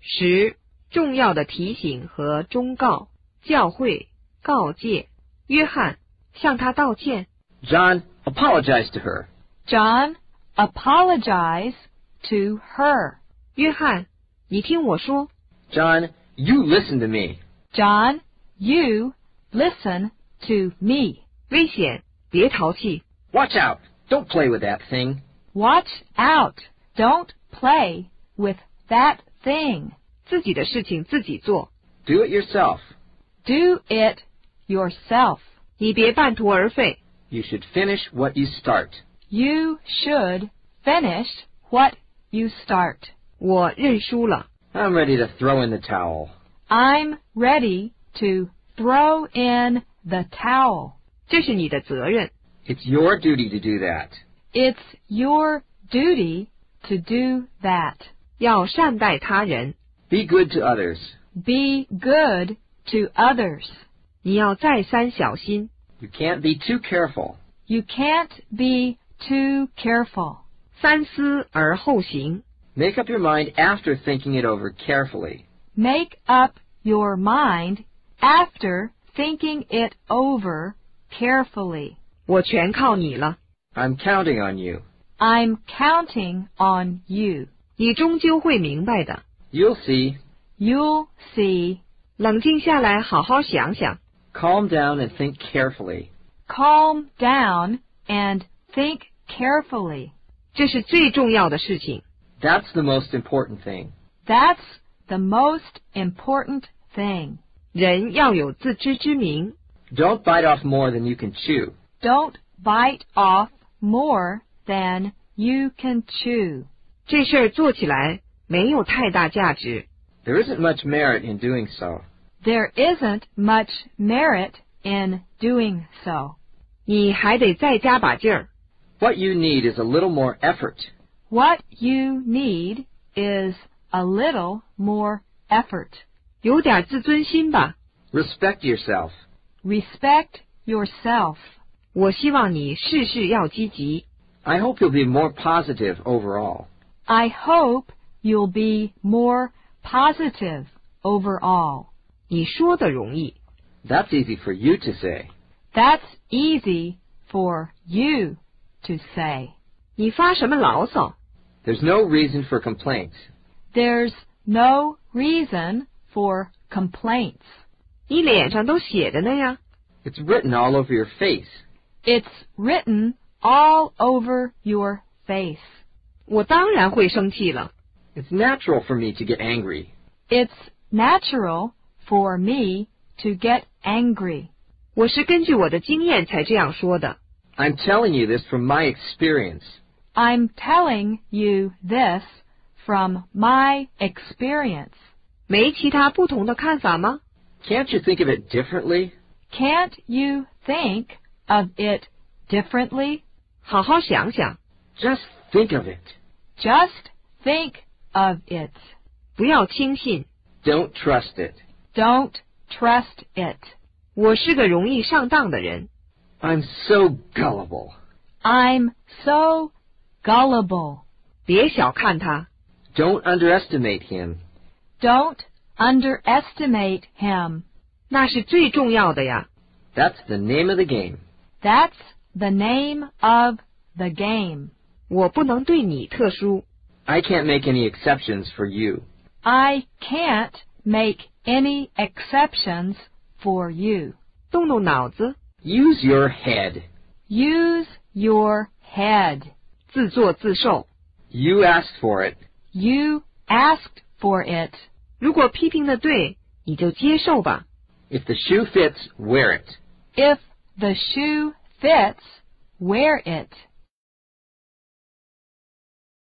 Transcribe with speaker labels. Speaker 1: 十、重要的提醒和忠告、教诲、告诫。约翰向他道歉。
Speaker 2: John apologized to her.
Speaker 3: John apologized to her.
Speaker 1: 约翰，你听我说，
Speaker 2: John, you listen to me.
Speaker 3: John, you listen to me.
Speaker 1: 危险，别淘气。
Speaker 2: Watch out. Don't play with that thing.
Speaker 3: Watch out. Don't play with that thing.
Speaker 1: 自己的事情自己做，
Speaker 2: Do it yourself.
Speaker 3: Do it yourself.
Speaker 1: 你别半途而废。
Speaker 2: You should finish what you start.
Speaker 3: You should finish what you start.
Speaker 1: 我认输了，
Speaker 2: I'm ready to throw in the towel.
Speaker 3: I'm ready to throw in the towel.
Speaker 1: 这是你的责任。
Speaker 2: It's your duty to do that.
Speaker 3: It's your duty to do that.
Speaker 1: 要善待他人，
Speaker 2: Be good to others.
Speaker 3: Be good to others.
Speaker 1: 你要再三小心。
Speaker 2: You can't be too careful.
Speaker 3: You can't be too careful.
Speaker 1: 三思而后行。
Speaker 2: Make up your mind after thinking it over carefully.
Speaker 3: Make up your mind after thinking it over carefully.
Speaker 1: 我全靠你了，
Speaker 2: I'm counting on you.
Speaker 3: I'm counting on you.
Speaker 1: 你终究会明白的。
Speaker 2: You'll see.
Speaker 3: You'll see.
Speaker 1: 冷静下来，好好想想。
Speaker 2: Calm down and think carefully.
Speaker 3: Calm down and think carefully.
Speaker 1: 这是最重要的事情。
Speaker 2: That's the most important thing.
Speaker 3: That's the most important thing.
Speaker 1: 人要有自知之明，
Speaker 2: Don't bite off more than you can chew.
Speaker 3: Don't bite off more than you can chew.
Speaker 1: 这事儿做起来没有太大价值。
Speaker 2: There isn't much merit in doing so.
Speaker 3: There isn't much merit in doing so.
Speaker 1: 你还得再加把劲儿。
Speaker 2: What you need is a little more effort.
Speaker 3: What you need is a little more effort.
Speaker 1: 有点自尊心吧。
Speaker 2: Respect yourself.
Speaker 3: Respect yourself.
Speaker 1: 我希望你事事要积极，
Speaker 2: I hope you'll be more positive overall.
Speaker 3: I hope you'll be more positive overall.
Speaker 1: 你说的容易，
Speaker 2: That's easy for you to say.
Speaker 3: That's easy for you to say.
Speaker 1: 你发什么牢骚？
Speaker 2: There's no reason for complaint.
Speaker 3: There's no reason for complaints.
Speaker 1: 你脸上都写着呢呀。
Speaker 2: It's written all over your face.
Speaker 3: It's written all over your face.
Speaker 1: 我当然会生气了。
Speaker 2: It's natural for me to get angry.
Speaker 3: It's natural for me to get angry.
Speaker 1: 我是根据我的经验才这样说的。
Speaker 2: I'm telling you this from my experience.
Speaker 3: I'm telling you this from my experience.
Speaker 1: 没其他不同的看法吗？
Speaker 2: Can't you think of it differently?
Speaker 3: Can't you think of it differently?
Speaker 1: 好好想想，
Speaker 2: Just think of it.
Speaker 3: Just think of it.
Speaker 1: 不要轻信。
Speaker 2: Don't trust it.
Speaker 3: Don't trust it.
Speaker 1: 我是个容易上当的人，
Speaker 2: I'm so gullible.
Speaker 3: I'm so gullible.
Speaker 1: 别小看他。
Speaker 2: Don't underestimate him.
Speaker 3: Don't underestimate him.
Speaker 1: 那是最重要的呀。
Speaker 2: That's the name of the game.
Speaker 3: That's the name of the game.
Speaker 1: 我不能对你特殊，
Speaker 2: I can't make any exceptions for you.
Speaker 3: I can't make any exceptions for you.
Speaker 1: 动动脑子，
Speaker 2: Use your head.
Speaker 3: Use your head.
Speaker 1: 自作自受。
Speaker 2: You asked for it.
Speaker 3: You asked for it.
Speaker 1: 如果批评的对，你就接受吧。
Speaker 2: If the shoe fits, wear it.
Speaker 3: If the shoe fits, wear it.